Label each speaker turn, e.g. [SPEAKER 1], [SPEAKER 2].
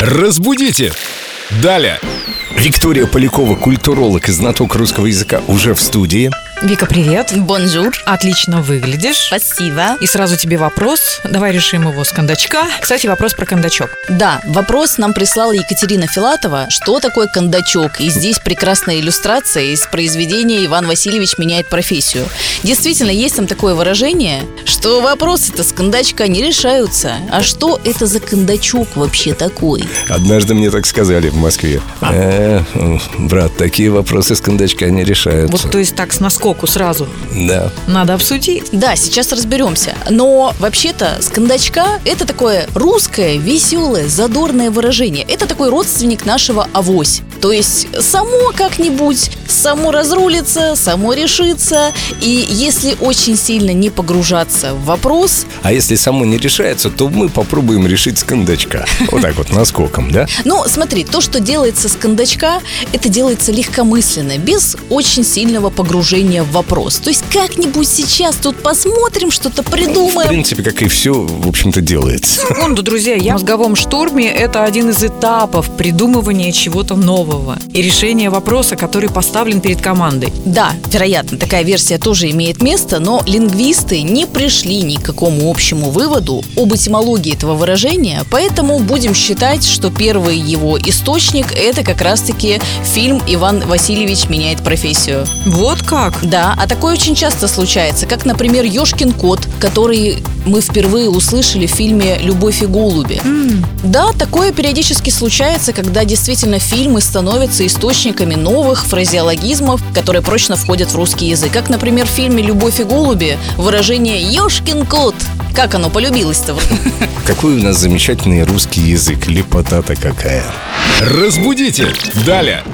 [SPEAKER 1] Разбудите! Далее. Виктория Полякова, культуролог и знаток русского языка, уже в студии.
[SPEAKER 2] Вика, привет.
[SPEAKER 3] Бонжур.
[SPEAKER 2] Отлично выглядишь.
[SPEAKER 3] Спасибо.
[SPEAKER 2] И сразу тебе вопрос. Давай решим его с кондачка. Кстати, вопрос про кондачок.
[SPEAKER 3] Да, вопрос нам прислала Екатерина Филатова. Что такое кондачок? И здесь прекрасная иллюстрация из произведения «Иван Васильевич меняет профессию». Действительно, есть там такое выражение, что вопросы-то с кондачка не решаются. А что это за кондачок вообще такой?
[SPEAKER 1] Однажды мне так сказали в Москве. «Э, брат, такие вопросы с кондачка не решаются.
[SPEAKER 2] Вот, то есть так, с наскоку сразу.
[SPEAKER 1] Да.
[SPEAKER 2] Надо обсудить.
[SPEAKER 3] Да, сейчас разберемся. Но вообще-то с кондачка это такое русское, веселое, задорное выражение. Это такой родственник нашего авось. То есть само как-нибудь, само разрулится, само решится. И если очень сильно не погружаться в вопрос,
[SPEAKER 1] А если само не решается, то мы попробуем решить с кондачка. Вот так вот, наскоком, да?
[SPEAKER 3] Ну, смотри, то, что делается с кондачка, это делается легкомысленно, без очень сильного погружения в вопрос. То есть как-нибудь сейчас тут посмотрим, что-то
[SPEAKER 1] В
[SPEAKER 3] придумаем.
[SPEAKER 1] принципе, как и все, в общем-то, делается.
[SPEAKER 2] Секунду, друзья, я в мозговом штурме – это один из этапов придумывания чего-то нового и решения вопроса, который поставлен перед командой.
[SPEAKER 3] Да, вероятно, такая версия тоже имеет место, но лингвисты не пришли ни к какому общему выводу об этимологии этого выражения, поэтому будем считать, что первый его источник – это как раз-таки фильм «Иван Васильевич меняет профессию».
[SPEAKER 2] Вот как?
[SPEAKER 3] Да, а такое очень часто случается, как, например, Ёшкин кот, который мы впервые услышали в фильме «Любовь и голуби».
[SPEAKER 2] М,
[SPEAKER 3] Да, такое периодически случается, когда действительно фильмы становятся источниками новых фразеологизмов, которые прочно входят в русский язык. Как, например, в фильме «Любовь и голуби» выражение «Ёшкин кот». Как оно полюбилось-то? вот?
[SPEAKER 1] Какой у нас замечательный русский язык. Лепота-то какая. Разбудите! Далее.